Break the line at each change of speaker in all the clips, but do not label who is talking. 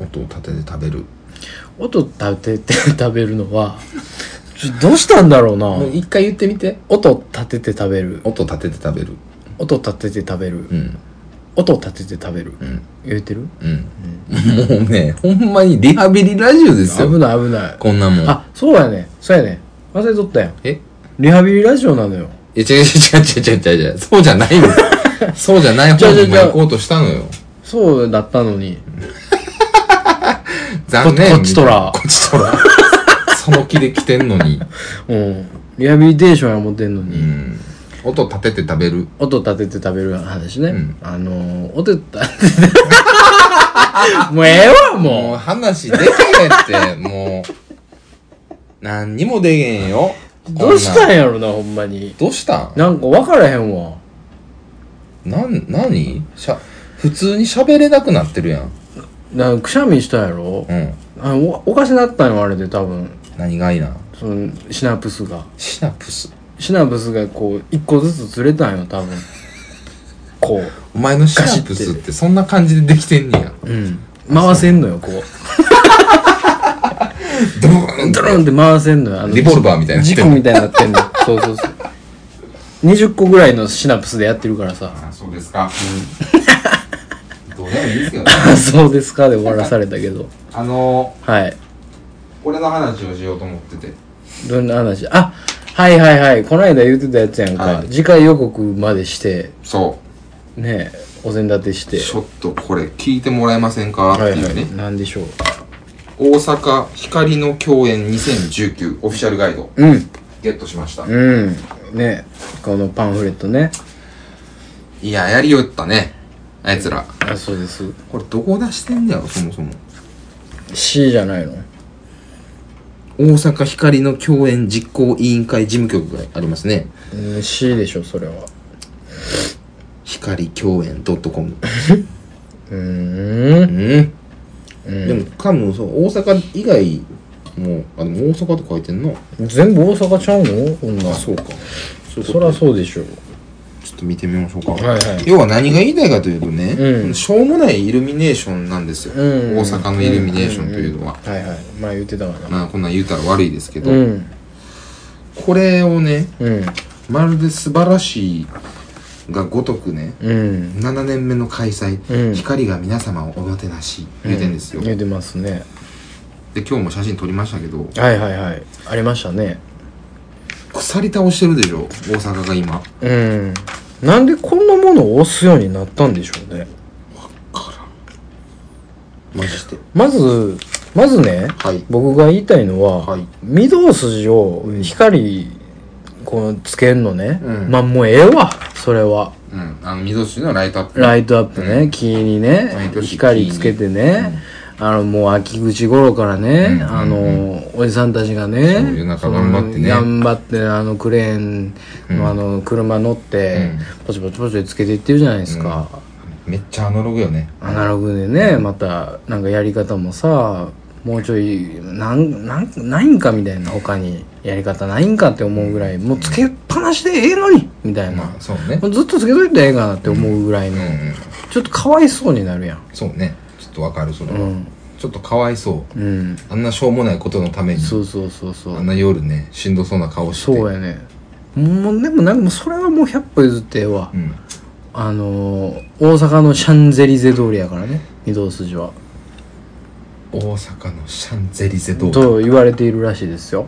音を立てて食べる
音立てて食べるのは、ちょどうしたんだろうな。
もう一回言ってみて
音立てて食べる。
音立てて食べる
音立てて食べる
う。ん
音立てて食べる。
うん
言えてる
うん、もうねほんまにリハビリラジオです
危
よ
ない危ない。
こんなもん
あ、そうやね。そうやね。忘れとったやん。
え
リハビリラジオなのよ。
え、違う違う違う違う違う違う。そうじゃない の。そうじゃない方に今行こうとしたのよ。
そうだったのに。
残念。
ここっちとら
こっち とら。その気で来てんのに。
うん。リハビリテーションや思ってんの
う
に。
ん。音立てて食べる。
音立てて食べる話ね。
うん
あのー、音立て て。もうええわ、
もう
も
話でけへんって、もう。何にもでけへんよ。
う。どうした
ん
んやろな、ほんまに。
どうしたん
なんか分からへんわ。
なん、何しゃ、普通に喋れなくなってるやん。
なんかくしゃみしたやろ
うん。
あおおかしなったんよ、あれで多分。
何がいいな。
その、シナプスが。
シナプス。
シナプスがこう、一個ずつずれたんよ、多分。こう。
お前のシナプスってそんな感じでできてんねや。
うん。回せんのよ、こう。
ドーン
ドロンって回せんのよ。あの
リボルバーみたいになって
事
んの
故みたいになってんの。そうそうそう。20個ぐらいのシナプスでやってるからさ。
あそうですか。 どうでもいいですけどね。
あそうですかで終わらされたけど。
あの
はい。
俺の話をしようと思ってて。
どんな話あはいはいはい。この間言ってたやつやんか。
はい
次回予告までして、
そ
ね、お膳立てし
う。
て。
ちょっとこれ聞いてもらえませんかって
はい
いうね。
はい。なんでしょう。
大阪光の共演2019オフィシャルガイド
うん。
ゲットしました。
うん。ね。このパンフレットね。
いや、やりよったね。あいつら。
あ、そうです。
これどこ出してんだよ、そもそも。
C じゃないの
大阪光の共演実行委員会事務局がありますね。
うん C でしょ、それは。
光共演 .com。う
うー。
んん。
うん
でも多分そう、大阪以外も、あ、でも大阪って書いてんな。
全部大阪ちゃうのこんな
あ、
ん
そうか。そういうこと
そりゃそうでしょう。
ちょっと見てみましょうか。
はいはい
要は何が言いたいかというとね、
うん
しょうもないイルミネーションなんですよ。
うん
大阪のイルミネーションというのは。
はいはい。まあ言ってたかな。
まあ、こんなん言うたら悪いですけど、
うん。
これをね、
うん。
まるで素晴らしいがごとくね、
うん。
7年目の開催、
うん
光が皆様をおもてなし、言うてんですよ。
言うてますね。
で、今日も写真撮りましたけど、
はいはいはい。ありましたね。
腐り倒してるでしょ、大阪が今。
うん。なんでこんなものを押すようになったんでしょうね。
マジで。
まず、まずね、
はい。
僕が言いたいのは、
はい
御堂筋を光、こう、つけんのね。
うん
まあもうええわ、それは。
うん。あの、水戸市のライトアップ。
ライトアップね、木にね
毎、年
光つけてね、あの、もう秋口頃からね、
うん
あの、おじさんたちが
そ
ね
う、夜中頑張ってね
その頑張って、あの、クレーン
う
の
ん
あの、車乗って、ポチポチポチつけていってるじゃないですか。
めっちゃアナログよね。
アナログでね、また、なんかやり方もさ、もうちょい、なん、なん、ないんかみたいな、他にやり方ないんかって思うぐらい、もうつけっぱなしでええのにみたいな。
まあ、そうね。
もうずっとつけといてええかなって思うぐらいの。
うんうん。
ちょっとかわいそうになるやん。
そうねちょっとわかるそれ、
うん。
ちょっとかわいそう
うん。
あんなしょうもないことのために
そうそうそうそ
あ。
うん
な夜ねしんどそうな顔して
そうやね。もう、でもなんかもうそれはもう100歩譲ってええわ
う。ん
あのー、大阪のシャンゼリゼ通りやからね。御堂筋は。
大阪のシャンゼリゼ通り
と言われているらしいですよ。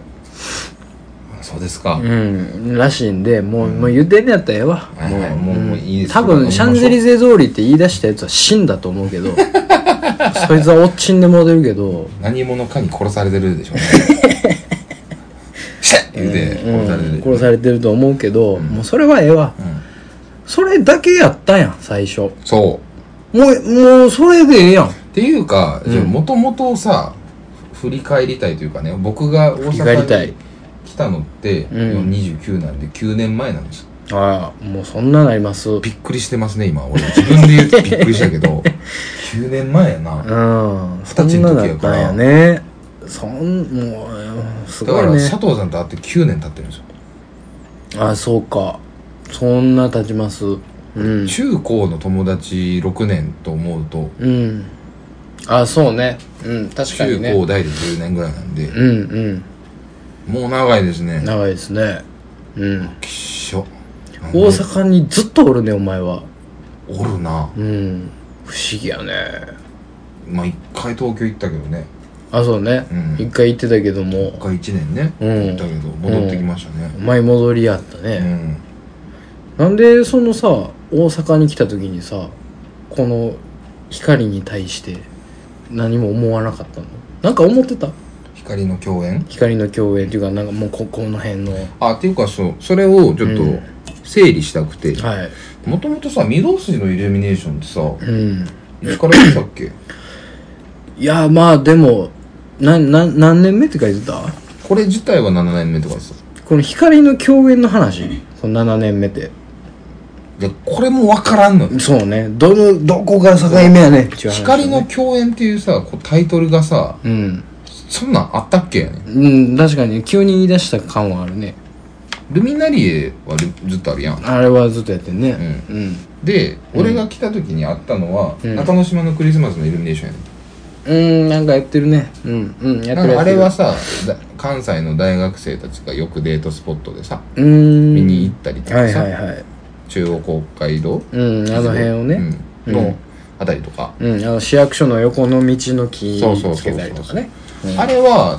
あそうですか、
うん。らしいんで、もう、もう言ってんのやったらええわ。
はいはいもうもういいです
多分、シャンゼリゼ通りって言い出したやつは死んだと思 うけど、そいつはおっちんでもうてるけど、
何者かに殺されてるで しょうねシャッ言うて
う
殺
ん
されてる、
殺されてると思うけど、もうそれはええわ。
うん
それだけやったやん、最初。
そう
もう、もう、それでええやん。
っていうかもともとさ振り返りたいというかね僕が大
振り返りた
阪
い
に来たのって、
うん
29なんで9年前なんですよ
ああ、もうそんななります。うん。
びっくりしてますね今俺自分で言ってびっくりしたけ ど9年前やなだ
そ
歳
ん
の時
なだ
や
っ
から
たんやね。そん、もううん、す
か
ごい
ら
ね
佐。藤さんと会って9年経ってるんですよ、
ああ、そうか。そんな経ちます。うん。
中高の友達6年と思うと
うん。あそうねうん確か
中
にね
高大で10年ぐらいなんで、
うんうん
もう長いですね
長いですねうん
きっしょ
大阪にずっとおるねお前は
おるな
うん不思議やね
まあ一回東京行ったけどね
あそうね
うん
一、回行ってたけど
一
も
回1年ね、
うん
行ったけど戻ってきましたね
前戻りやった
うん、
ね、なんでそのさ大阪に来た時にさこの光に対して何も思わなかったのなんか思ってた
光の共演
光の共演っていうかなんかもうここの辺のは
あっていうかそうそれをちょっ
うん
と整理したくて
い
もともとさ御堂筋のイルミネーションってさ
うん
いつからやってたっけ
いやまあでもなな何年目って書いてた
これ自体は7年目とかさ
この光の共演の話この7年目って
でこれも分からんのよ
そうねどのどこが境目やねんっていう話だね
光の共演っていうさこうタイトルがさ
うん
そんなんあったっけやね
うん、確かに急に言い出した感はあるね
ルミナリエはルずっとあるやん
あれはずっとやってんね
うん
うん
で俺が来た時にあったのは、
うん
中之島のクリスマスのイルミネーションやね
うんなんかやってるねうんうんやっ
な
て
んか
るや
あ
って
れ
る
はさだ関西の大学生たちがよくデートスポットでさ
うーん
見に行ったりと
は
か
い
さ、
はいはい
中央公会堂
うんあの辺をね、
うん
うん
のあたりとか、
うん、あの市役所の横の道の木
そうそうそうそう
つけたりとかね
あれは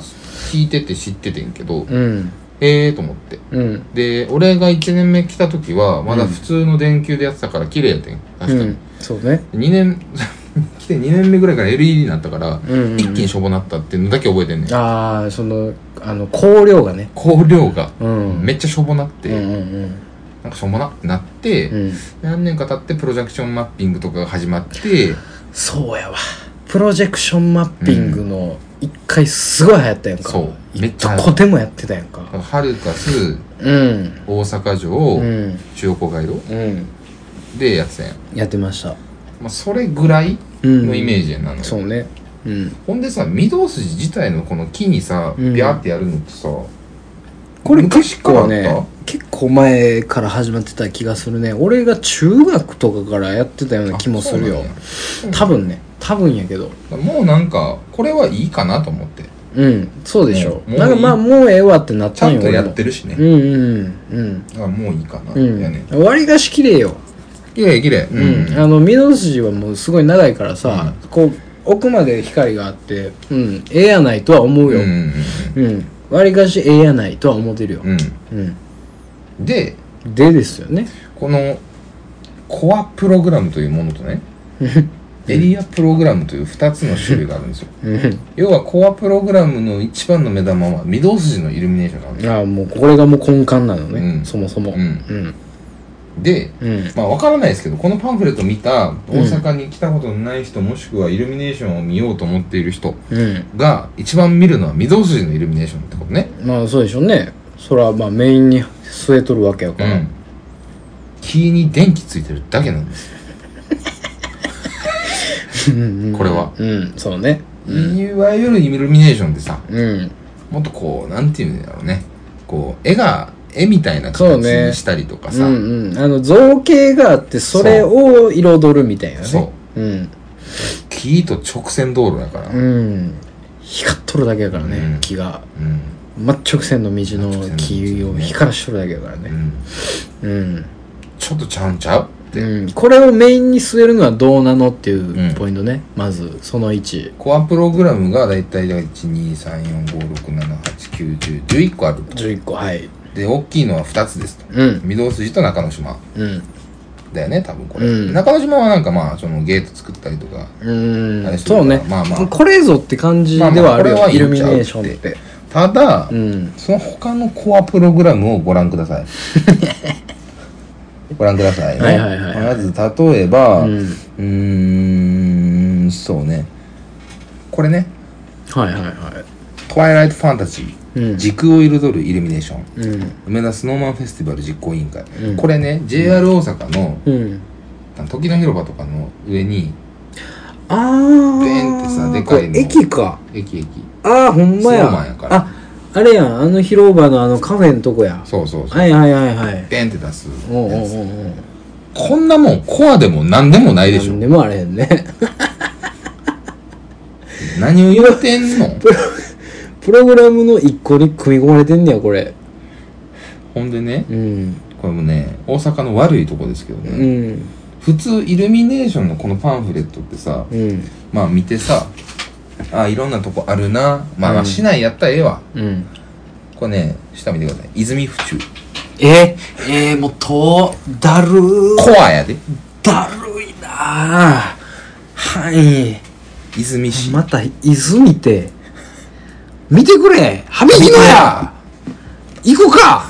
聞いてて知っててんけど、
うん
ええー、と思って
うん
で俺が1年目来た時はまだ普通の電球でやってたから綺麗やてん確か
う
に、
んそうね
2年 来て2年目ぐらいから LED になったから、
うんうんうん
一気にしょぼなったっていうのだけ覚えてんねん
ああそのあの香料がね
香料が
うん
めっちゃしょぼなって、
うんうん
なんかしょぼなってなって、
うんうん
何年か経ってプロジェクションマッピングとかが始まって
そうやわプロジェクションマッピングの一回すごい流行ったやんか、
そうめっちゃ
どこでもやってたやんか
ハルカス
うん
大阪城、
うん
中央公会堂
うん
でやってたやん、
やってました
まあ、それぐらい
うん
のイメージやんなのよ、
そうねうん
ほんでさ御堂筋自体のこの木にさ
うん
ビャーってやるのってさ、
これ
昔
結
からあ
構
った
ね結構前から始まってた気がするね俺が中学とかからやってたような気もするよ、
あそうなんや
多分ね多分やけど
もうなんかこれはいいかなと思って
うんそうでしょ、
うんもういい
なんかまあもうええわってなっ
ち
た
ゃ
ん
ん
よ
とや
俺
っ
も
てるしね、
うんうん
だからもういいかな、
うん
やね
うん割り菓子綺麗よ
綺麗綺麗
う、
うんん、
あの御堂筋はもうすごい長いからさ、こう奥まで光があってうんええやないとは思う
うん
よ
う
うん、
ん
割りかしええやないとは思ってるよ
うん
うん、
うんで
でですよね
このコアプログラムというものとねエリアプログラムという2つの種類があるんですよ
うん
要はコアプログラムの一番の目玉は御堂筋のイルミネーションなんですよ
ああもうこれがもう根幹なのね、
うん
そもそも
うん
うん
で
うん
まあわからないですけどこのパンフレット見た大阪に来たことのない人、もしくはイルミネーションを見ようと思っている人
うん
が一番見るのは御堂筋のイルミネーションってことね
まあそうでしょうねそれはまあメインに据えとるわけやから、
木に電気ついてるだけなんですよこれは、
うんそうね
いわゆるイルミネーションでさ
うん
もっとこうなんていうんだろうねこう絵が絵みたいな
そう
形
ね
にしたりとか
う
さ
んうんあの造形があってそれを彩るみたいなね
そう
うん
木と直線道路だから、
うん光っとるだけやからね、
うん
木が
うん
真っ直線の道の木を光らしとるだけやから
う
ね
ん
うん、
ちょっとちゃうんちゃうって、
うん、これをメインに据えるのはどうなのっていううんポイントね、まずその1
コアプログラムがだいたい1234567891011個あると
11個はい
で大きいのは2つですと
うん
御堂筋と中之島
うん
だよね多分これ、
うん
中之島はなんかまあそのゲート作ったりとか
う
あ
ん
れ
そうね、
まあまあ
これぞって感じではあるよ、
まあまあこれはいいん
イ
ちゃう
ルミネーションって
ただ、
うん
その他のコアプログラムをご覧くだ さいご覧くださいね、
はいはいはいは
まず例えば
う
うんーんそうねこれね
はいはいは
「トワイライト・ファンタジー」
いうん
時空を彩るイルミネーション
うん
梅田スノーマンフェスティバル実行委員会、
うん
これね JR 大阪の、
うん
時の広場とかの上に
あー
ベンってさでかいの
これ駅か
駅駅
ああほんまや
スノーマンやから
ああれやんあの広場のあのカフェのとこや
そうそうそう、
はいはいはいはい
ベンって出す
おうおうお
やつ
うおう
こんなもんコアでも何でもないでし
何
ょ
でもあれへんね
何を言ってんの
プログラムの一個に組み込まれてんねやこれ
ほんでね
うん
これもね大阪の悪いとこですけど
う
ね、
ん
普通イルミネーションのこのパンフレットってさ
うん
まあ見てさあいろんなとこあるなまあ、ま
う
あ
ん
市内やったらええわ
うん
これね下見てください泉府中
ええー、もうとだるー
コアやで
だるいなあはい
泉市
また泉って見てくれ羽曳野や行こうか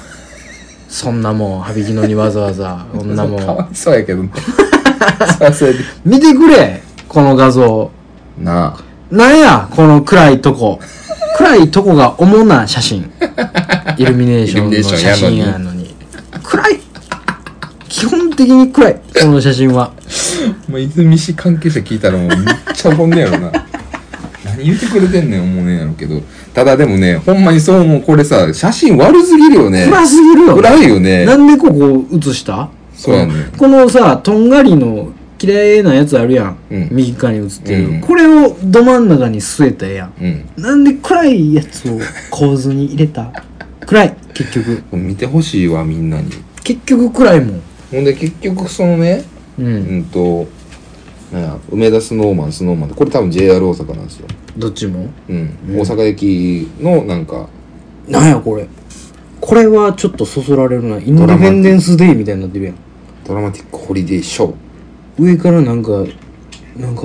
そんなもん羽曳野にわざわざこんなも
かわ
ん
いそうやけどねそらそれで
見てくれこの画像
なあ
なんやこの暗いとこ暗いとこが主な写真イルミネーションの写真やのに暗い基本的に暗いこの写真は
もう泉市関係者聞いたらもうめっちゃ怒んねやろな何言ってくれてんねん思うねんやろうけどただでもねほんまにそう思うこれさ写真悪すぎるよね
暗すぎるよね
暗いよね
なんでここ映した
そうやねん
このさとんがりの綺麗なやつあるやん、
うん
右側に映ってる、
うん
これをど真ん中に据えたやん
うん
なんで暗いやつを構図に入れた暗い結局
見てほしいわみんなに
結局暗いもん
ほんで結局そのね
うん、
うんとなんや梅田スノーマンスノーマンってこれ多分 JR 大阪なんですよ、
どっちも
うん
うん
大阪駅のなんか
なんやこれこれはちょっとそそられるなインディペンデンスデイみたいになってるやん
ドラマティックホリデーショー
上からなんかなんか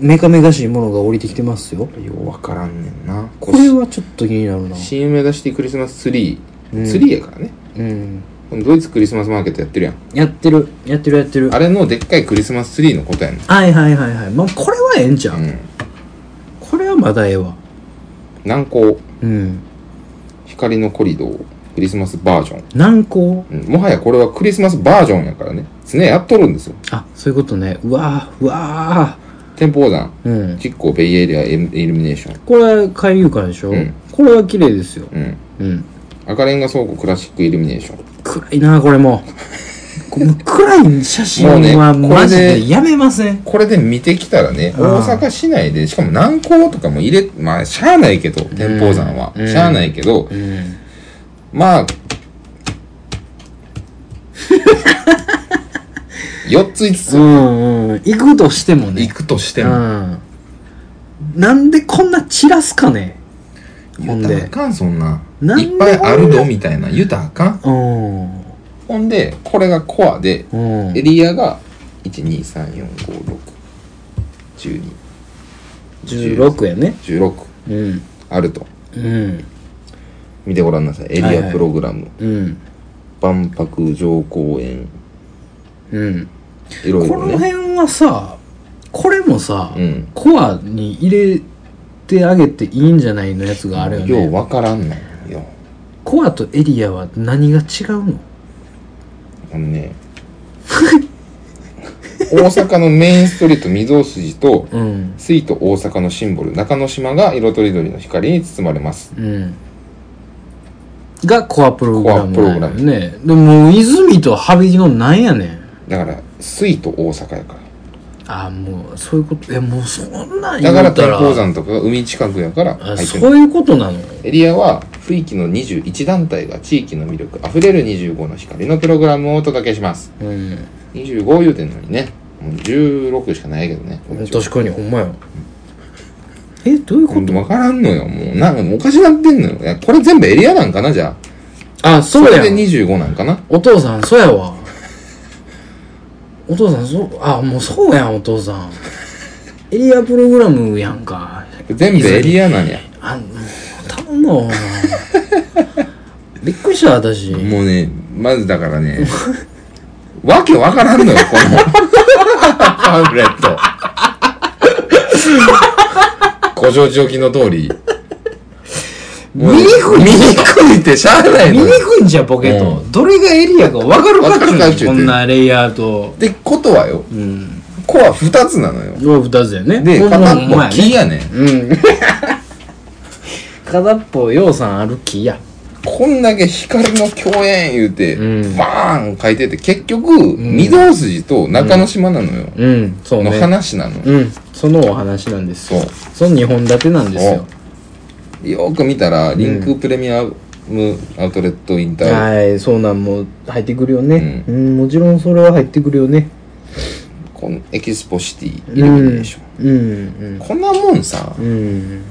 メカメカしいものが降りてきてますよ
ようわからんねんな
これはちょっと気になるな
新梅田シティクリスマスツリー、
うん
ツリーやからね
うん
ドイツクリスマスマーケットやってるやん
やってるやってるやってる
あれのでっかいクリスマスツリーのことやねん、
はいはいはいはいまあこれはええんちゃう、
うん、
これはまだええわ
南光
うん
光のコリドークリスマスバージョン、
難航
うん、もはやこれはクリスマスバージョンやからね常やっとるんですよ
あそういうことねうわーうわ
店舗横断
ーうん
実行ベイエリアイルミネーション、
これは海遊館でしょ、
うん
これは綺麗ですよ
うん、
うん
赤レンガ倉庫クラシックイルミネーション
暗いなこれもこの暗い写真
もうね
は
これで
マジでやめません
これで見てきたらね
うん
大阪市内でしかも南港とかも入れまあしゃあないけど天保山は、
うん
しゃあないけど、
うん
まあ 4つ5
う
つ
んうん行くとしてもね
行くとして
う
も
んなんでこんな散らすかね
言うたらあかんそんな
なんで
いっぱいあるどみたいな言うたらあかん
うん
ほんでこれがコアで
うん
エリアが12345612161
16やねうん
あると
うん
見てごらんなさいエ
はい
リ
は
ア
い
プログラム、
うん
万博城公園
うん
いろい
こ
ろ
の
ね
辺はさこれもさ、
うん
コアに入れてあげていいんじゃないのやつがあるよ
よう
ね
わからんのよ
コアとエリアは何が違うの
あのね 大阪のメインストリート御堂筋と
うん
水と大阪のシンボル中之島が色とりどりの光に包まれます
うんがコアプログラムなん
コ
や
アプロ
ねでも泉と羽曳野なんやねん
だから水と大阪やから
ああもうそういうこといやもうそんなん
だ
言う
から
た
天
ら
保山とかが海近くやから
あ
入ってる
そういうことなの
エリアは区域の21団体が地域の魅力あふれる25の光のプログラムをお届けします
うん
25言うてんのにねもう16しかないけどね
確かにほんまやえどういうこと
本当わからんのよもうなんかもうおかしなってんのよいやこれ全部エリアなんかなじゃあ
あ
そ
そうや
れ
ん
で25なんかな
お父さんそうやわお父さんそうあもうそうやんお父さんエリアプログラムやんか
全部エリアなんや
あもう頼むわびっくりした私
もうねまずだからねわけわからんのよこのパンフレットご承知おきの通り
見
もう
にく
見
い
にくいってしゃあない
見
の
に
よ
くいんじゃんポケット、
う
どれがエリアか分かるかっ
分
ちゅう
かるか
ね
っ
ん
ちゅう
こ
て
んなレイヤーと
ってことはよ
うん
コア2つなのよ
ロープ2つやね
で
こん
片
な
っ
ん
ぽ
ほんま
は木やねん
うん片っぽようさんある木や
こんだけ光の共演言うて、
うん
バーン書いてて結局、
ん
御堂筋と中之島なのよ、
うんそう
の
ね
話なの、
うんそのお話なんですよ
そう
その2本立てなんですよ
よーく見たらリンクプレミアムアウトレットインター、
はいそうなんも入ってくるよねうんもちろんそれは入ってくるよね
このエキスポシティ
うん
イルミネーション、
うん
こんなもんさ
うんうん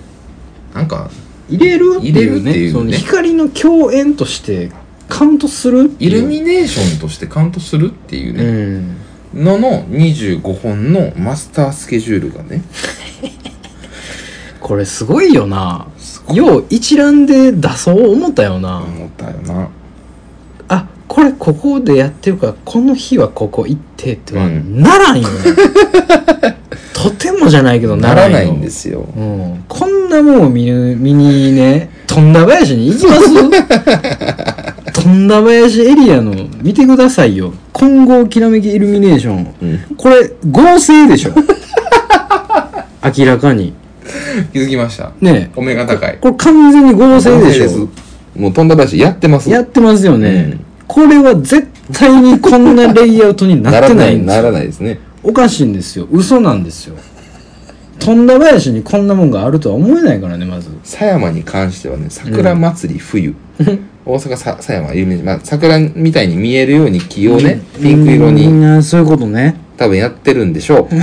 なんか
入れる
入れるっていうね
その光の共演としてカウントするって
イ
いう
ルミネーションとしてカウントするっていうね、
うん
のの25本のマスタースケジュールがね
これすごいよな
す
よう一覧で出そう思ったよな、
思ったよな
あこれここでやってるからこの日はここ行ってっては
うん
ならんよ、ね とてもじゃないけどな
な
ら
ら
んよ
ないんですよ
うん、こんなもんを見る見にね富田林に行きます 富田林エリアの見てくださいよ混合きらめきイルミネーション
うん
これ合 成でしょ明らかに
気づきました
ね
お目が高い
えこれ完全に合成でし
合
ょ
すもう飛んだらしやってます
やってますよね、
うん
これは絶対にこんなレイアウトになってないんです
な
よ
らないですね
おかしいんですよ嘘なんですよ富田林にこんなもんがあるとは思えないからねまず
狭山に関してはね桜祭り冬、大阪さ狭山有名人、まあ、桜みたいに見えるように木をね、ピンク色
う
に
んあーそういうことね
多分やってるんでしょう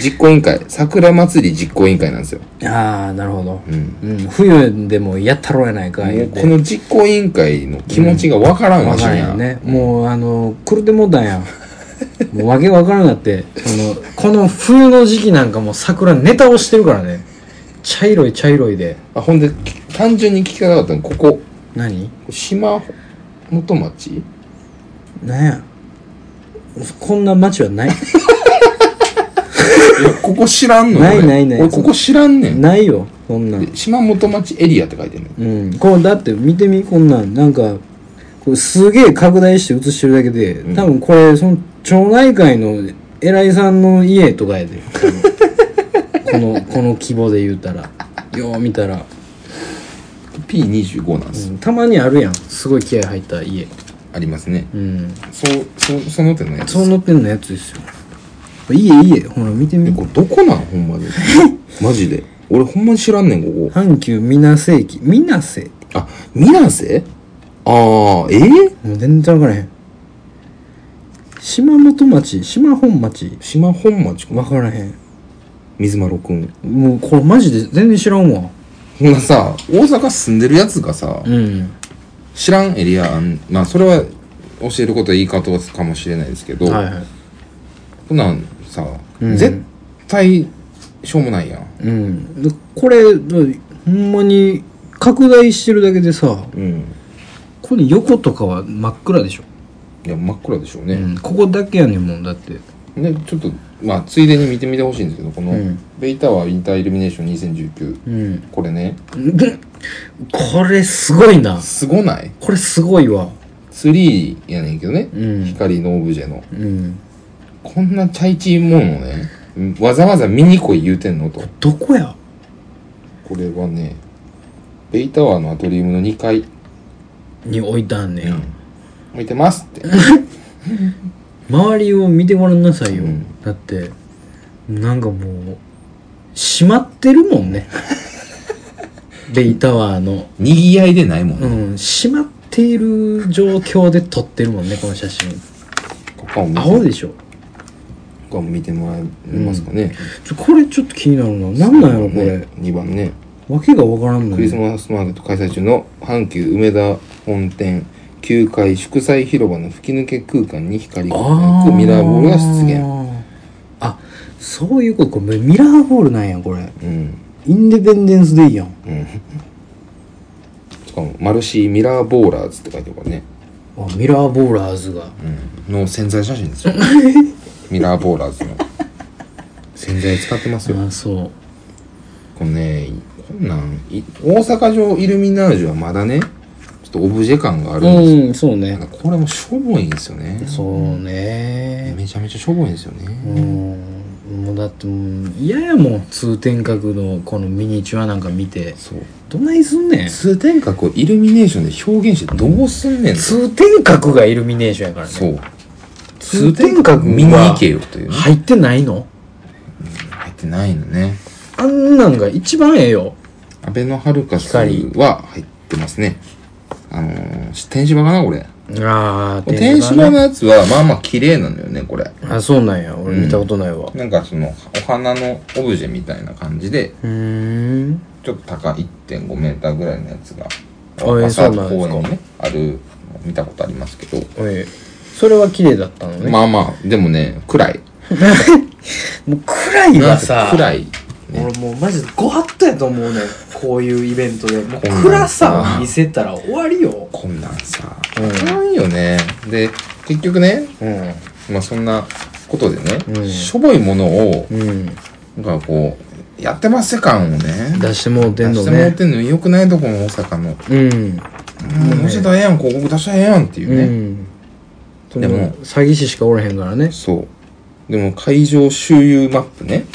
実行委員会桜祭り実行委員会なんですよ、
ああなるほど、
うん、
うん、冬でもやったろうやないか
も
言
う
うて
この実行委員会の気持ちがわからんわ
わ
し
からん
や、
よねもうあの来るでもうたんや もうわけわからんなってそのこの冬の時期なんかもう桜ネタをしてるからね茶色い茶色いで
あほんでき単純に聞きたかったのここ
何
島本町
なんやこんな街はない
いやここ知らんのよ
ない
俺
ないない
俺ここ知らんねん
ないよこんなん
で島本町エリアって書いてんねん
うん、こうだって見てみこんなんなんかこうすげえ拡大して写してるだけで、
ん
多分これその町内会の偉いさんの家とかやでこのこの規模で言うたらよう見たら、
P25 なんです、
うんたまにあるやんすごい気合入った家
ありますね
うん
そうそその手のやつ
そうのってんのやつですよ家家ほら見てみ
これどこなんほんま にマジで俺ほんまに知らんねんここ
阪急水瀬駅水瀬
あ水瀬ああえー、
もう全然分からへん島本町島本町
島本町
分からへん
水丸くん
もうこれマジで全然知らんわ
ほんなさ大阪住んでるやつがさ、
うん
知らんエリアあんまあそれは教えることはいいかとかもしれないですけど、
はいはい
こんなんさ、
うん
絶対しょうもないやん
うんでこれだほんまに拡大してるだけでさ
うん
ここに横とかは真っ暗でしょ、
いや真っ暗でしょう
う
ね、
ん、ここだけやねんもんだって
でちょっとまあついでに見てみてほしいんですけどこの、
うん
ベイタワーウィンターイルミネーション2019
うん
これね
でこれすごいな
すごない
これすごいわ
ツリーやねんけどね、
うん
光のオブジェの
うん
こんなチャイチーもんをねうんわざわざ見に来い言うてんのと
どこや
これはねベイタワーのアトリウムの2階
に置いてあんねや、
置いてますって
周りを見てごらんなさいよ、
うん
だってなんかもう閉まってるも んねベイタワーの
にぎわいでないもんね、
うん、閉まっている状況で撮ってるもんね、この写真。
ここも見て
青でしょ。
ここも見てもらえますかね、
ちょこれちょっと気になるな。なんなんやろ、これ
ね。2番ね
わけがわからんの
クリス
よ。
マスマーケット開催中の阪急梅田本店9階祝祭広場の吹き抜け空間に光が
あ
輝く
ー
ミラーボールが出現。
あ、そういうこと。これミラーボールなんや、これ。
うん
インディペンデンスでいいやん。
うんしかもマルシーミラーボーラーズって書いてあるからね、
あミラーボーラーズが。
うん、の潜在写真 ですよミラーボーラーズの潜在使ってますよ
あ、そ
このねこんなんい大阪城イルミナージュはまだねちょっとオブジェ感があ
う。
るんですよ
うん、そう
なん
ね
か。これもしょぼいんですよね
そうね。
めちゃめちゃしょぼいんですよね、
うん。もうだってもう嫌やもん通天閣のこのミニチュアなんか見て
そう
どないすんねん
通天閣をイルミネーションで表現してどうすんねん
通天閣がイルミネーションやからね
そう
通天閣は
見に行けよというね
入ってないの
入ってないのね
あんなんが一番ええよ
安倍のハルカス
光
は入ってますねあのー、天使場かなこれ
ああ
天使場のやつはまあまあ綺麗なのよねこれ
あそうなんや俺見たことないわ
なんかそのお花のオブジェみたいな感じで
うーん
ちょっと高い1.5メーターぐらいのやつが
そうなんですか
朝公園にねある見たことありますけど
おいそれは綺麗だったのね、
まあまあでもね暗い
もう暗いわさ
暗い
俺もうマジでご法度やと思うねんこういうイベントでもう
こんなん
暗さを見せたら終わりよ
こんなんさ
うん
あかんよねで結局ね
うん
まあそんなことでね、
うん
しょぼいものを
うん
なんかこうやってます感をね
出してもうてん
出
の
してもらっ
ね
てんのよくないとこも大阪の
うん
うんもうちょっとええやん広告出したらええやんっていうね、
うんそ
で
の
も
詐欺師しかおらへんからね
そうでも会場周遊マップね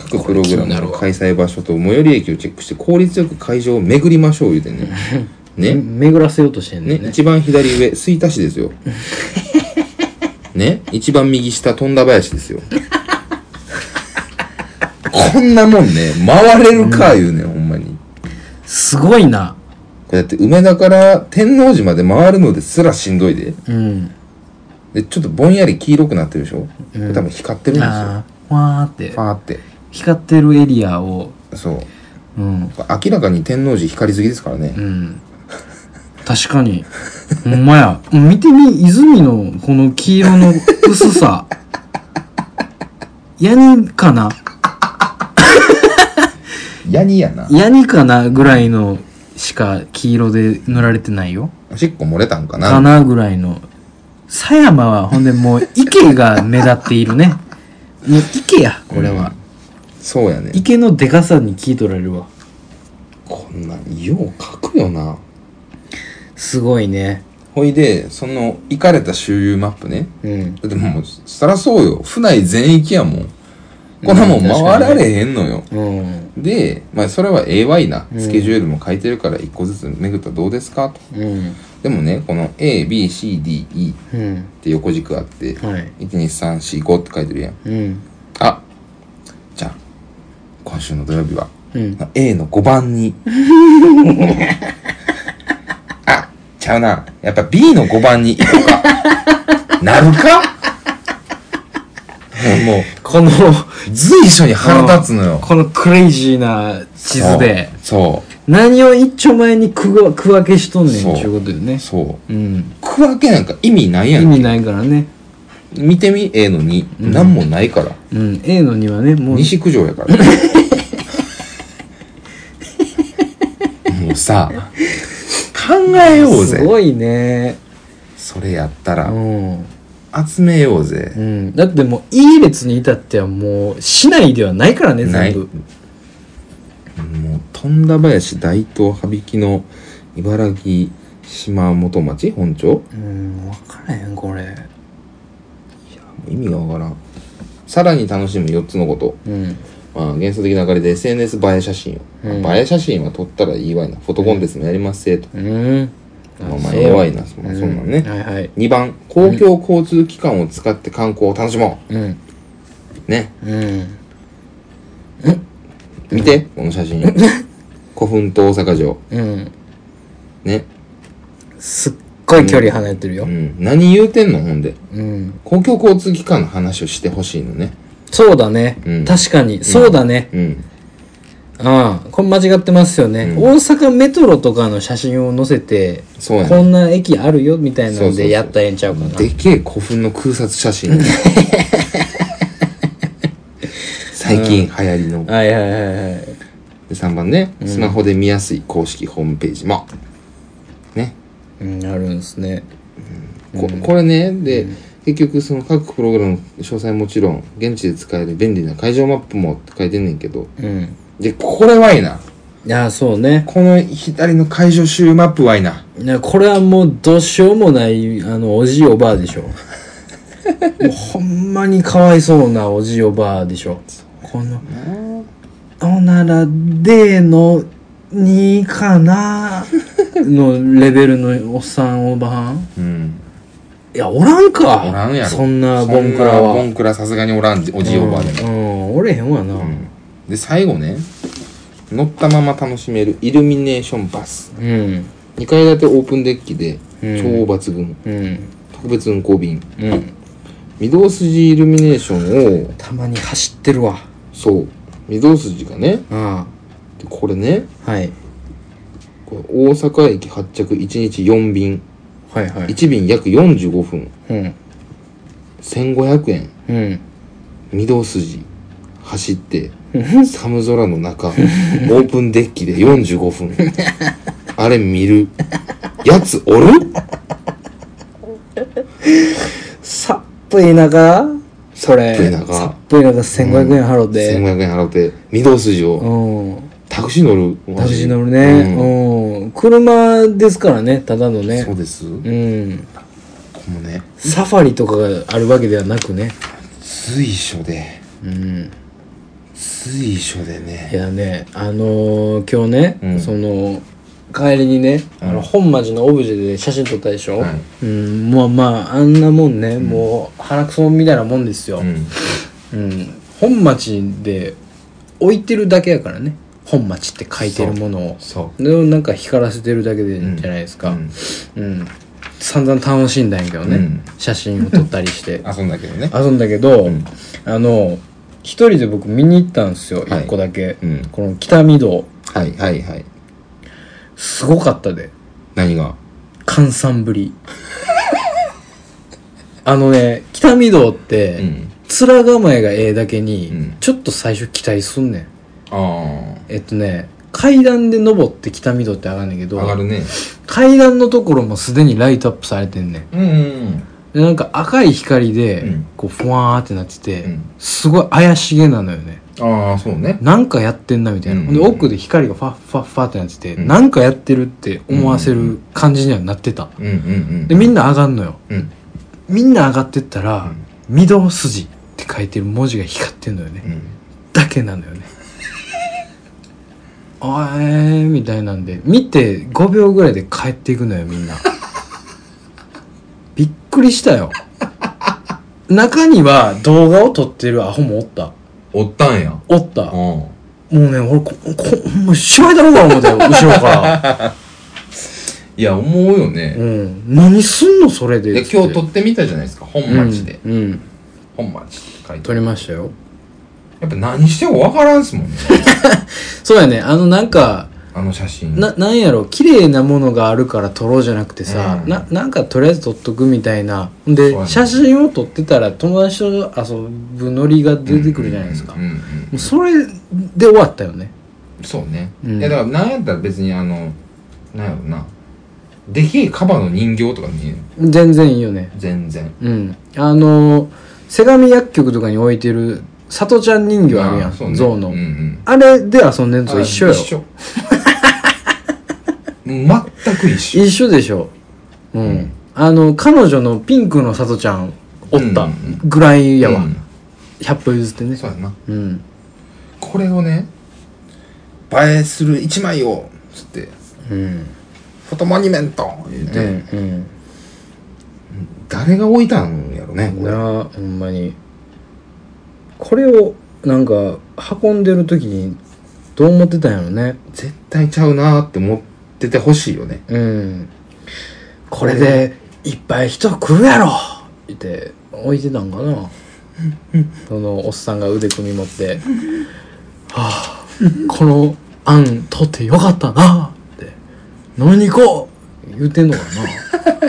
各プログラムの開催場所と最寄り駅をチェックして効率よく会場を巡りましょう言うてね
め
ね
巡らせようとしてんの
ね
ね
一番左上吹田市です よね一番右下富田林ですよこんなもんね回れるか言うね、ん、ほんまに
すごいな
これだって梅田から天王寺まで回るのですらしんどいで
うん
でちょっとぼんやり黄色くなってるでしょ、これ多分光ってるんですよ
ああわーって
ファーって
光ってるエリアを
そう
うん
明らかに天王寺光りすぎですからね、
うん確かにほんまや見てみ泉のこの黄色の薄さ ヤニかな
ヤニやな
ヤニかなぐらいのしか黄色で塗られてないよ
おしっこ漏れたんかな
かなぐらいの狭山はほんでもう池が目立っているねもう池やこれは、
そうやね
池のでかさに聞いとられるわ
こんなんよう書くよな
すごいね
ほいでその行かれた周遊マップね
うん
だってもうそらそうよ府内全域やもんこんなもん
うん確か
回
にね
られへんのよ、
うん
で、まあ、それは AY な
うん
スケジュールも書いてるから一個ずつ巡ったらどうですかと
うん
でもねこの ABCDE っ
うん
て横軸あって
はい
12345って書いてるやん
うん
あじゃあ今週の土曜日は
うん
A の5番 にあちゃうなやっぱ B の5番に行こうかなるかもうも
この
う随所に腹立つのよ
このクレイジーな地図で
そ
何を一丁前に区わ区分けしとんねん
そう
っていうことよ
う
ね
そう
うん
区分けなんか意味ない
意
やん
味ないからね
見てみ A の2、
うん
なんもないから
うん A の2はねもう
西九条や からもうさ考えよう
す
ぜ
ごいね
それやった
う
ら
ん、
集めようぜ、
うん、だってもう E 列に至ってはもう市内ではないからね
ない
全部
もう富田林大東羽曳の茨城島本町本町
うん分からへんこれ
意味がわからんさらに楽しむ4つのこと、
うん
まあ、幻想的な流れで SNS 映え写真を、
うん
映え写真は撮ったらいいわいなフォトコンテストもやりますせと、
うん
まあまあ
そう
ええわいなそ,、まあ、そんなん
うん
ね、
はいはい
2番公共交通機関を使って観光を楽しも
うん
う、ね
うん
見て、この写真 古墳と大阪城
うん
ね、
すっごい距離離れてる
う
よ。
ん、何言うてんのほんで
うん。
公共交通機関の話をしてほしいのね
そうだね、
うん
確かに。そうだね。
うん
ああ、これ間違ってますよね、
うん
大阪メトロとかの写真を載せて、
そうやね
こんな駅あるよみたいな
そう
の
そうそう
でやったらええんちゃうかな。
でけえ古墳の空撮写真 最近流行りの、で
はいはいはいはい。
3番ねスマホで見やすい公式ホームページもね
うん、あるんですね。
ここれねで、結局その各プログラムの詳細もちろん現地で使える便利な会場マップもって書いてんねんけど
うん。
でこれはいいない
や、そうね。
この左の会場周遊マップはいいない
やこれはもうどうしようもない、あの、おじいおばあでしょ。もうほんまにかわいそうなおじおばあでしょこのおならでの2かなのレベルのおっさんおばはん
うん
いやおらんか
おらんやろ
そんなボンク
そ
ラ
んなボ
は
ンクラさすがにおらんおじいおばあでも、
うん、うんおれへんわな、
うんで最後ね乗ったまま楽しめるイルミネーションバス
うん。
2階建てオープンデッキで
うん
超抜群、
うん。
特別運行便
うん。
御堂筋イルミネーションを
たまに走ってるわ。
そう御堂筋がね
あ
でこれね
あ。はい。
これ大阪駅発着1日4便
はいは。
1便約45分
うん。
1500円
うん。
御堂筋走 って寒空の中オープンデッキで45分あれ見るやつおる
さっぷい中それ。
さっぷい中
さっぷい中1500円払うて。
1500円払って御堂筋
う
を
ん。
タクシー乗る
タクシー乗る
うん
ね。うん。車ですからね、ただのね
そ。うです、も
うん。
うね
サファリとかがあるわけではなくね。
随所で
うん。
随所で
い
ね
やね、あのー今日ね、
うん
その、帰りにね、あの、本町のオブジェで写真撮ったでしょ、
はい
うん、まあまあ、あんなもんね、もう、鼻くそみたいなもんですよ。
う
うん。
ん
本町で置いてるだけやからね。本町って書いてるものを。
そ
でもなんか光らせてるだけで
うん
じゃないです
う
か。うんん。散々楽しんだんやけどね。
うん
写真を撮ったりし て。
遊んだけどね
遊んだけど、
ん
あの一人で僕見に行ったんですよ一、
はい
個だけ、
うん
この北御堂
はいはいはい
すごかったで
何が
閑散ぶり あのね北御堂っ
う
て、
ん
面構えがええだけに、
うん
ちょっと最初期待すんねん
ああ
えっとね階段で登って北御堂って上がんねんけど
上がるね
階段のところもすでにライトアップされてんねん
うんうん
でなんか赤い光で、
うん
こうふわーってなってて、
うん
すごい怪しげなのよね
ああそうね
なんかやってんなみたいな、
うん
ほんで奥で光がファッファッファってなってて、
うん
なんかやってるって思わせる感じにはなってた、
うんうんうん
でみんな上がんのよ
うん
みんな上がってったら「御堂筋」って書いてる文字が光ってんのよね、
うん
だけな のよねあーえーみたいなんで見て5秒ぐらいで帰っていくのよみんなびっくりしたよ中には動画を撮ってるアホもおった
おったんや
おった、
うん
もうね、俺、こ、こ、もう、しまいだろうか思ったよ、後ろ から。
いや思うよ
う
ね
ん。何すんの、それで。
で今日撮ってみたじゃないですか本町で
うん。うん。
本町って書いて
撮りましたよ。
やっぱ何してもわからんすもんね
そうやね、あの、なんか、
あの写真
な、なんやろ、綺麗なものがあるから撮ろうじゃなくてさ、
うん
な、なんかとりあえず撮っとくみたいな。
そう
で、
やね
写真を撮ってたら友達と遊ぶノリが出てくるじゃないですか。
うん
も
うんうん
うそれで終わったよね。
そうね、
うん
いやだからなんやったら別にあのなんやろなでけえカバの人形とかね
全然いいよね。
全然
うん。あの、瀬上薬局とかに置いてる、里ちゃん人形あるや
あそうね
ん、象の。
うんうん
あれで遊んでんのと一緒よ
あ。一緒全く一緒
一緒でしょ。うん。
うん
あの、彼女のピンクのさとちゃんおった
うん
ぐらいやわ。
うん
100歩譲ってね。
そうやな
うん。
これをね映えする一枚をつって
うん。
フォトモニュメント言う
う
て、
ん。
誰が置いたんやろね
うん。
これ
なあ、ほんまに。これを、なんか、運んでる時に、どう思ってたんやろね。
絶対ちゃうなーって思っててほしいよね
うん。これで、いっぱい人来るやろ言って、置いてたんかな。そのおっさんが腕組み持って、はあ、この案取ってよかったなって、飲みに行こう言うてんのか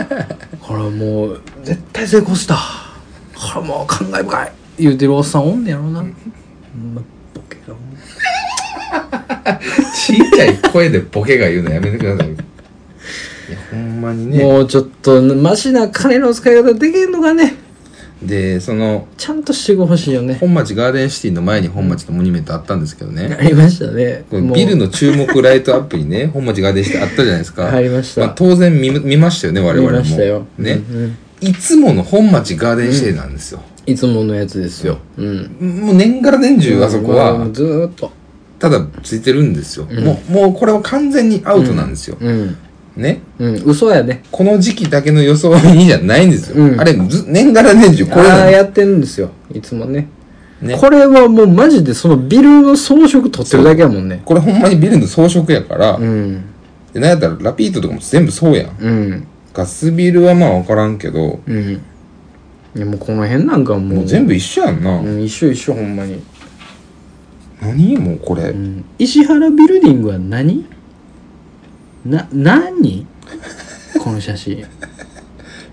な。これはもう、絶対成功した。これもう感慨深い言うてるおっさんおんねやろな。ほんまボケがもう
ちっちゃい声でボケが言うのやめてくださいよいやほんまにね
もうちょっと、マシな金の使い方できんのかね。
でその
ちゃんとしてほしいよね。
本町ガーデンシティの前に本町のモニュメントあったんですけどね
あ、りましたね。
これビルの注目ライトアップにね 本町ガーデンシティあったじゃないですか
入りました
あ、当然見む見ましたよね我々も
見ましたよ
ね、
うんうん
いつもの本町ガーデンシティなんですよ、
いつものやつですようん
もう年がら年中あそこ
う
は
んずーっと
ただついてるんですよ、
うん
もうもうこれは完全にアウトなんですよ、
うん
ね
うん嘘やね
この時期だけの装 いにじゃないんですよ、
うん
あれず年がら年中こ
こ
れ
れ
なんです
やってるんですよいつもね
ね
これはもうマジでそのビルの装飾取ってるだけやもんね
これほんまにビルの装飾やから、
うん
でなんやったらラピートとかも全部そうやん
うん
ガスビルはまあ分からんけど
うんいやもうこの辺なんかもう
もう全部一緒やんな、
うん一緒一緒ほんまに、
何もうこれ、
うん、石原ビルディングは何な何この写真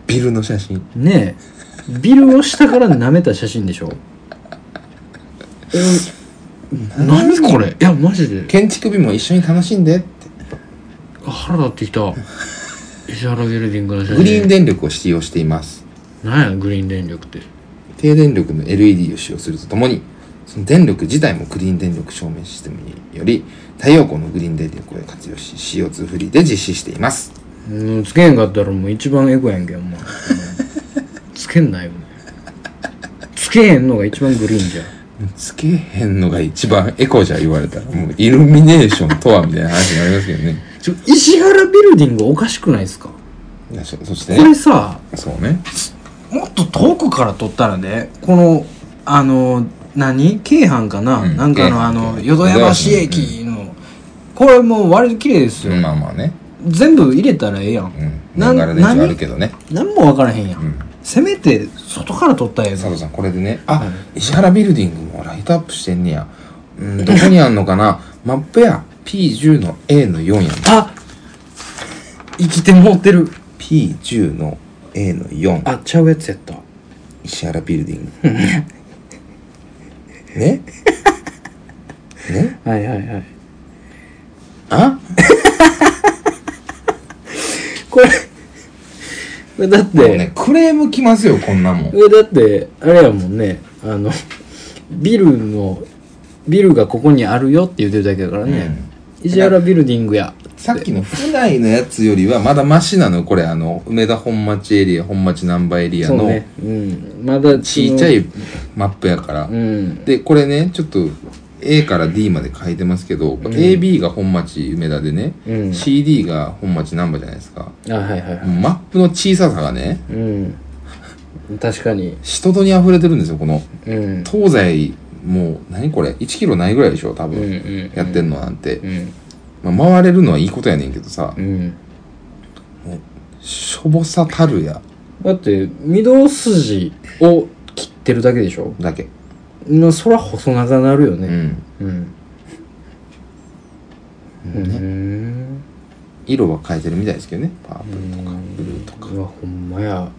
ビルの写真
ねえビルを下から舐めた写真でしょえ何これいやマジで
建築美も一緒に楽しんでって
腹立ってきた石原ビルディングの写真
グリーン電力を使用しています
何やグリーン電力って
低電力の LED を使用するとともにその電力自体もグリーン電力照明システムにより太陽光のグリーン電力を活用し CO2 フリーで実施しています
うんつけんかったらもう一番エコやんけお前つけんなよつけへんのが一番グリーンじゃん
つけへんのが一番エコじゃ言われたらもうイルミネーションとはみたいな話になりますけどね
ちょ石原ビルディングおかしくないですかこ
いやそそして
れさ
そうね
もっと遠くから撮ったらねこのあの何京阪かな、
うん
なんか
京
の
阪
あの
京阪
淀屋橋駅の、これもう割と綺麗ですよ、
まあまあね
全部入れたらええやん、
うん
な
年がら年中あるけどね
何も分からへんやん、
うん
せめて外から撮ったらええ
佐
ぞ
藤さんこれでねあ、石原ビルディングもライトアップしてんねやうんどこにあんのかな マップや P10 の A の4やん
あ生きてもうてる
P10 の A の4
あちゃうやつやった
石原ビルディング ねね
はいはいはい
あ
これこれだって、
もうねクレームきますよこんなもん
えだってあれやもんねあのビルのビルがここにあるよって言ってるだけだからね、石原ビルディングや
さっきの府内のやつよりはまだマシなのよこれあの梅田本町エリア本町南波エリア
そう
の
ね、うん、まだ
ちっちゃいマップやから、
うん
でこれねちょっと A から D まで書いてますけど、AB が本町梅田でね、
うん
CD が本町難波じゃないですか
あはいはいはい
マップの小ささがね
うん確かに
人とに溢れてるんですよこの
うん
東西もう何これ1キロないぐらいでしょ多
うんう
分、
ん
やってんのなんて、
うん
まあ、回れるのはいいことやねんけどさ
うん
しょぼさたるや
だって御堂筋を切ってるだけでしょ
だけ
なそら細長なるよ
う
ね
ん
うんうん
色は変えてるみたいですけどねパープルとか
うん
ブルーとか
うわほんまや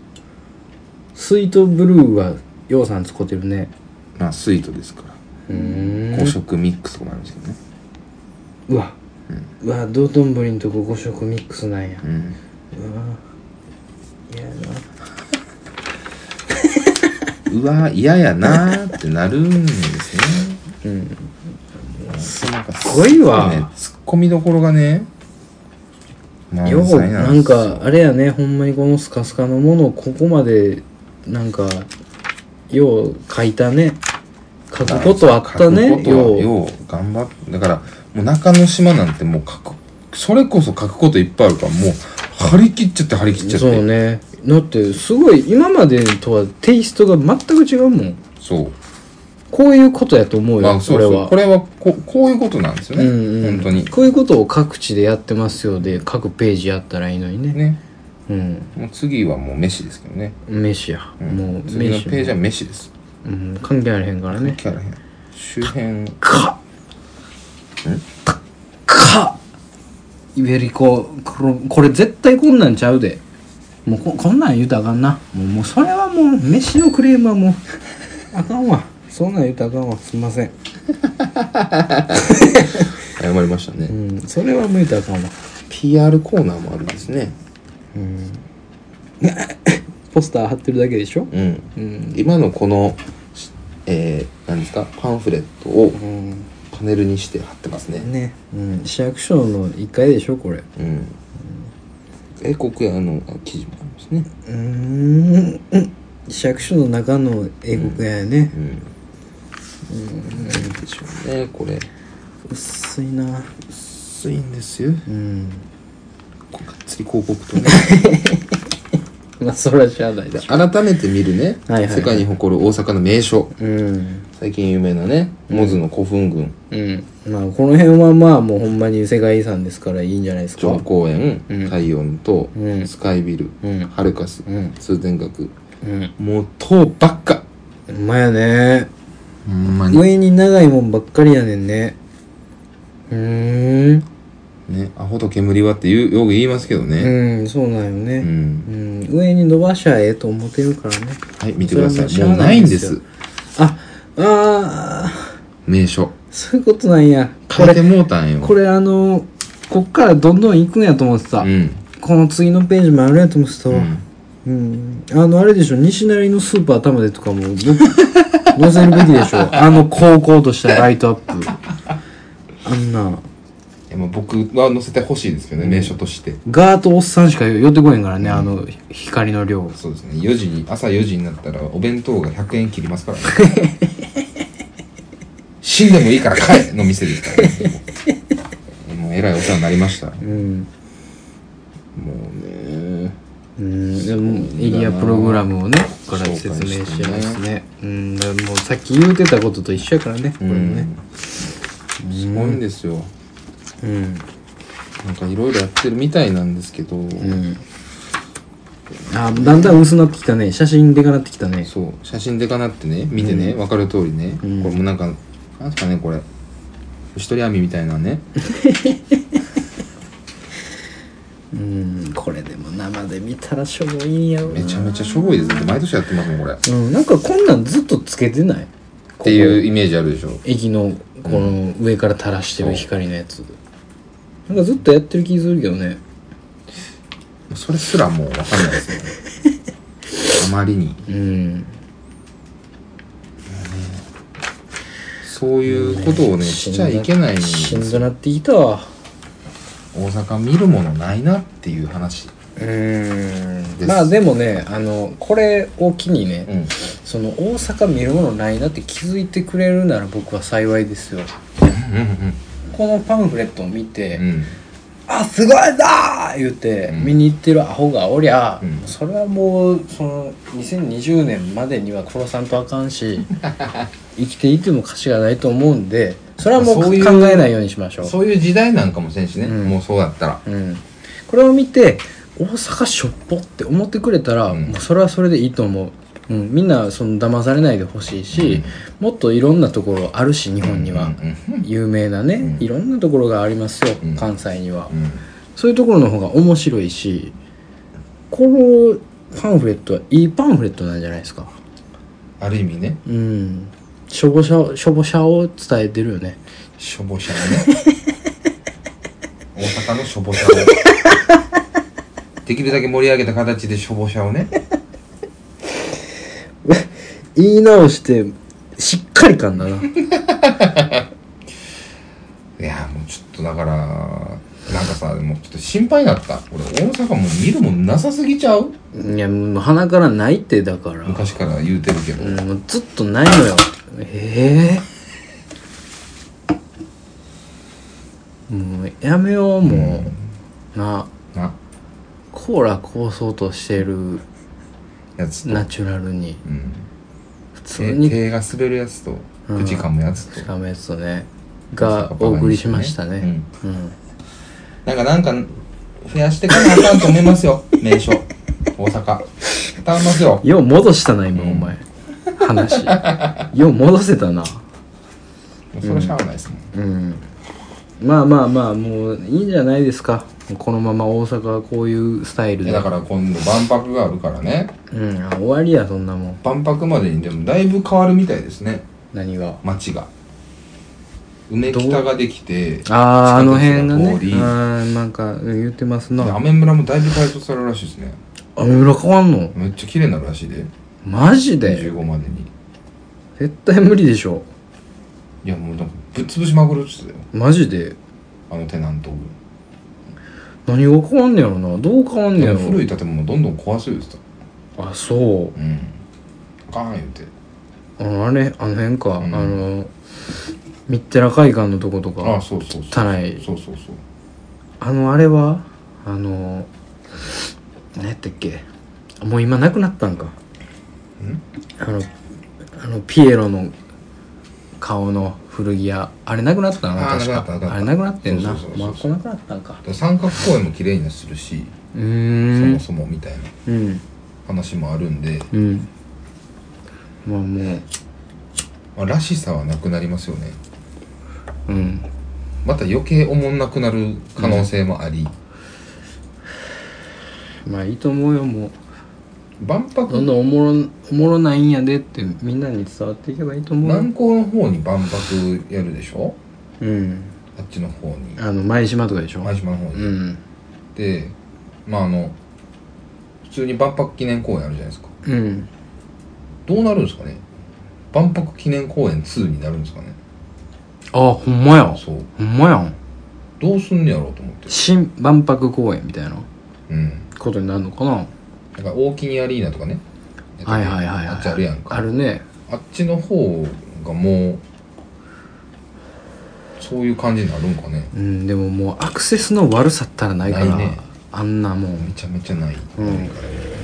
スイートブルーはようさん使ってるね
まあスイートですから
うーん
5色ミックスとかもありますけどね
うわ、うわ道頓堀のとこ5色ミックスなんや、
うん
うわいやな
うわ嫌やなーってなるんですね
うん
す
ごいわ
ねツッコミどころがね満
よう
載
な
で
ん
すよ
かあれやねほんまにこのスカスカのものをここまでなんかよう書いたね書くことあった
書
ね
くことは
よう
よう頑張ってだからもう中之島なんてもう書くそれこそ書くこといっぱいあるからもう張り切っちゃって張り切っちゃって
そうねだってすごい今までとはテイストが全く違うもん
そう
こういうことやと思うよ、
あそう
俺
そう
は
こ。れはここういうことなんですよね、
うんうん、
本当に
こういうことを各地でやってますよで各ページやったらいいのにね
ね
うん
もう次はもう飯ですけどね、
飯や、
うん
もう
次の
飯
ページは飯です
うん、関係あれへんからね
キャラ編周辺
かかイベリコこれこれ絶対こんなんちゃうでもうここんなん言うたらあかんなもうもうそれはもう飯のクレームはもうあかんわそんなん言うたらあかんわすいません、
謝りましたね、
うん、それはもう言うたらあかんわ
PR コーナーもあるんですね
ポスター貼ってるだけでしょ
うん
うん
今のこの、しえー、何ですかパンフレットを
うん
パネルにして貼ってますね
ね、うん、市役所の1階でしょこれ
うん英国屋のあ記事もありまですね
うーんうん市役所の中の英国屋やね
う、んなんでしょうねこれ
薄いな
薄いんですよ
うん
こうがっつり広告と ね
まあそれはしゃあないだ
改めて見るね、
はいはいはい
世界に誇る大阪の名所
うん
最近有名なねモズの古墳群
うんまあこの辺はまあもうほんまに世界遺産ですからいいんじゃないですか
城公園、
うん
太陽の塔、
うん
スカイビル、
うん
ハルカス、
うん
通天閣
うん
もう塔ばっか
ほんまやね
ほんま
上に長いもんばっかりやねんねうーん
ねアホと煙はって言うよく言いますけどね
うんそうなんよ
う
ね、
ん
うん、上に伸ばしゃええと思ってるからね
はい見てくださ
そ
い
れは
もう
も
な
うしゃあないい
ん
ん
で
ですよ
す
ああー
名所
そういうことなんやこ
変えて
れ
もうたんよ
これあのこっからどんどん行くんやと思ってた、
うん
この次のページもあるやと思ってた
う
わ
ん
うん、あのあれでしょ西成のスーパー玉でとかもど載せるべきでし ょあの高校としたライトアップあんない
やまあ僕は載せてほしいですけどね名所として
ガートおっさんしか寄ってこへんからね、あの光の量
そうですね4時に朝4時になったらお弁当が100円切りますから ね死んでもいいから帰れの店ですから ねもうえらいお世話になりましたも
う
う
ん、
ね
うん、でもエリアプログラムをねここから説明し合いますねうんだからもうさっき言うてたことと一緒やからねこれもね
うんすごいんですよ
うん
なんかいろいろやってるみたいなんですけど、
うんあだんだん薄なってきたね写真でかなってきたね
そう写真でかなってね見てね、
う
分かる通りね、
うん
これもなんかなんすかねこれ一人網みたいなね
うんこれでも生で見たらしょぼいんやろな
めちゃめちゃしょぼいですね毎年やってますもんこれっ
うんなんかこんなんずっとつけてない
ていうイ
う
メージあるでしょ
駅のこの上から垂らしてる光のやつ、なんかずっとやってる気するけどね
それすらもう分かんないですよねあまりに
うん
そういうことをねしちゃいけないんで
しん
す
ど
よ
なってきたわ
大阪見るものないなっていう話
うんまあでもねあのこれを機にね、
うん
その大阪見るものないなって気づいてくれるなら僕は幸いですよこのパンフレットを見て「
うんうん
あすごいだー!」言って
うん
見に行ってるアホがおりゃ、
うん
それはもうその2020年までには殺さんとあか んし生きていても価値がないと思うんでそれはもう
そう
考
いう
えないようにしましょう
そういう時代なんかもせんしね、
うん
もうそうだったら
うん、これを見て大阪しょっぽって思ってくれたら、
うん
もうそれはそれでいいと思う、うん、みんなその騙されないでほしいし、もっといろんなところあるし日本には、
うんうん
有名なね、
うん
いろんなところがありますよ、
うん
関西には、
うん
そういうところの方が面白いしこのパンフレットはいいパンフレットなんじゃないですか
ある意味ね
うんしょぼしょしょぼしゃを伝えてるよね
しょぼしゃね大阪のしょぼしゃをできるだけ盛り上げた形でしょぼしゃをね
言い直してしっかり感だな
いやもうちょっとだからなんかさもうちょっと心配だった俺大阪もう見るもんなさすぎちゃう
いやもう鼻からないってだから
昔から言うてるけど、
うん、もうずっとないのよええもうやめようもう、な
な
コーラこうそうとしてる
やつと、
ナチュラルに
うん、
普通
手
に
手が滑るやつと
うん
口噛むやつと、
しかもやつとねがお送りしましたねうん、
なんかなんか増やしていかなあかんと思います よ名所大阪頼みますよ
よう戻したな今、
うん
お前話 よう戻せた
も
な
うそれしゃあないですね、
うんまあまあまあもういいんじゃないですかこのまま大阪はこういうスタイル
い
で
やだから今度万博があるからね
うんあ終わりやそんなもん
万博までにでもだいぶ変わるみたいですね
何が
街が梅北ができて
あああの辺が
近くに
ねあ
通り
ーなんか言ってます
で
な
雨村もだいぶ改装されるらしいですね
あ裏変わんの
めっちゃ綺麗になるらしいで
マジで
25までに
絶対無理でしょ
いやもうなんかぶっ潰しまくるっつってたよ
マジで
あのテナントを
何が変わんねやろなどう変わんねやろ
古い建物どんどん壊すようです
あそう
うんあかん言うて
あのあれあの辺か、
うん
あのミッテラ海岸のとこと
あ
か
そうそうそう
汚い
そうそうそう
あのあれはあの何やったっけもう今なくなったんかあのあのピエロの顔の古着屋あれなくなったな
あー
確
なくなったなくなっ
か
た
あれなくなってんな
そうそう
ま
そ
あ
う
来
そう
なくなったんか
で三角公園も綺麗にするし、
う
そ
ー
も
ん
そもみたいな
うん
話もあるんで、
うんまあもう
まあ、らしさはなくなりますよね
うん
また余計おもんなくなる可能性もあり、
まあいいと思うよもう
万博
どんどんおもろんおもろないんやでってみんなに伝わっていけばいいと思う
南港の方に万博やるでしょ
うん
あっちの方に
あの前島とかでしょ
前島の方
う
に、
ん
でまああの普通に万博記念公園あるじゃないですか
うん
どうなるんですかね万博記念公園2になるんですかね
あほんまや
そう
ほんまやん
どうすんねやろうと思って
新万博公園みたいな
うん
ことになるのかな
なんか大きにアリーナとかね
はいはいはいはい
あっちあるやんか
あるね
あっちの方がもうそういう感じになるんかね
うんでももうアクセスの悪さったらないから
ないね
あんなもん
めちゃめちゃない、
うん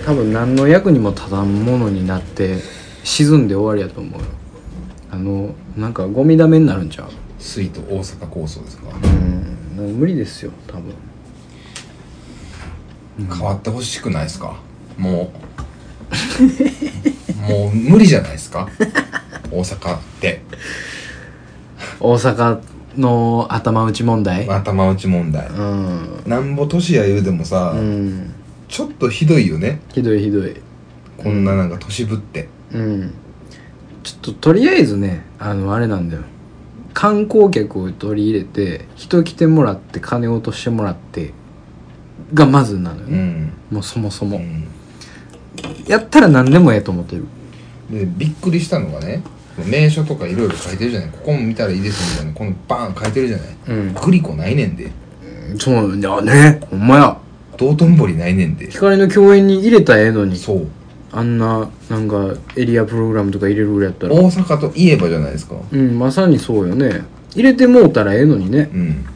多分何の役にも立たんものになって沈んで終わりやと思うよあのなんかゴミだめになるんちゃう
スイート大阪構想ですか、
うんもう無理ですよ多分
変わってほしくないですかもう もう無理じゃないです か大阪って
大阪の頭打ち問題、
頭打ち問題
うん
なんぼ年や言うでもさ、
うん
ちょっとひどいよね
ひどいひどい
こんななんか年ぶって、
うんちょっととりあえずねあのあれなんだよ観光客を取り入れて人来てもらって金落としてもらってがまずなのよ
う
ね、
ん
もうそもそうも、
ん
やったら何でもええと思ってる
でびっくりしたのがね名所とかいろいろ書いてるじゃないここも見たらいいですみたいなこのバーン書いてるじゃない
うん
グリコないねんで
そうなんだよねほんまや
道頓堀ないねんで
光の共演に入れたらええのに
そう
あんななんかエリアプログラムとか入れるぐらいやったら
大阪といえばじゃないですか
うんまさにそうよね入れてもうたらええのにね
うん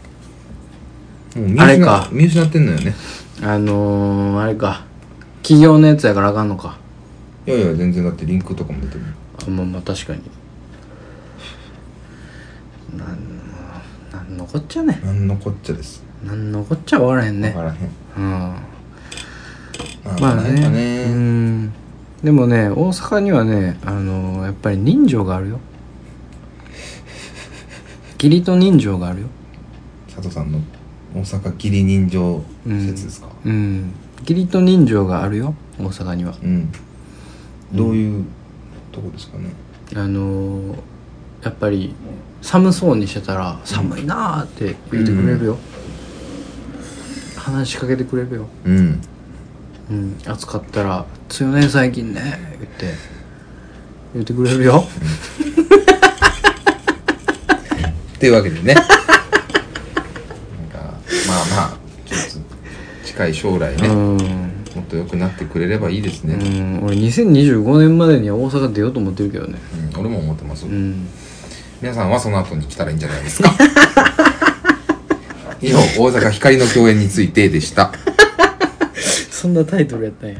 もう見
あれ
失
か
見失ってんのよね
あのー、あれか企業のやつやからあかんのか
いやいや全然だってリンクとかも出てる
あまあまあ確かになんなんのこっちゃね
なんのこっちゃです
なんのこっちゃわからへん
分
ね
からへん
うん
ま
まあ
ないか
ねう
ね
んでもね大阪にはねあのー、やっぱり人情がある よ義理と人情があるよ
佐藤さんの大阪義理人情説ですか
うん義理と人情があるよ大阪には
うんどういうとこですかね
あのー、やっぱり寒そうにしてたら「寒いな」あって言ってくれるよ、話しかけてくれるよ、
うん
うん、暑かったら「強ね最近ね」言って言ってくれるよ
っていうわけで ねなんかまあまあちょっと近い将来
う
ね、も
ん、
っと良くなってくれればいいです
う
ね、
ん、俺2025年までには大阪出ようと思ってるけどね
うん俺も思ってます、
うん
皆さんはその後に来たらいいんじゃない ですか以上大阪光の共演についてでした
そんなタイトルやったんや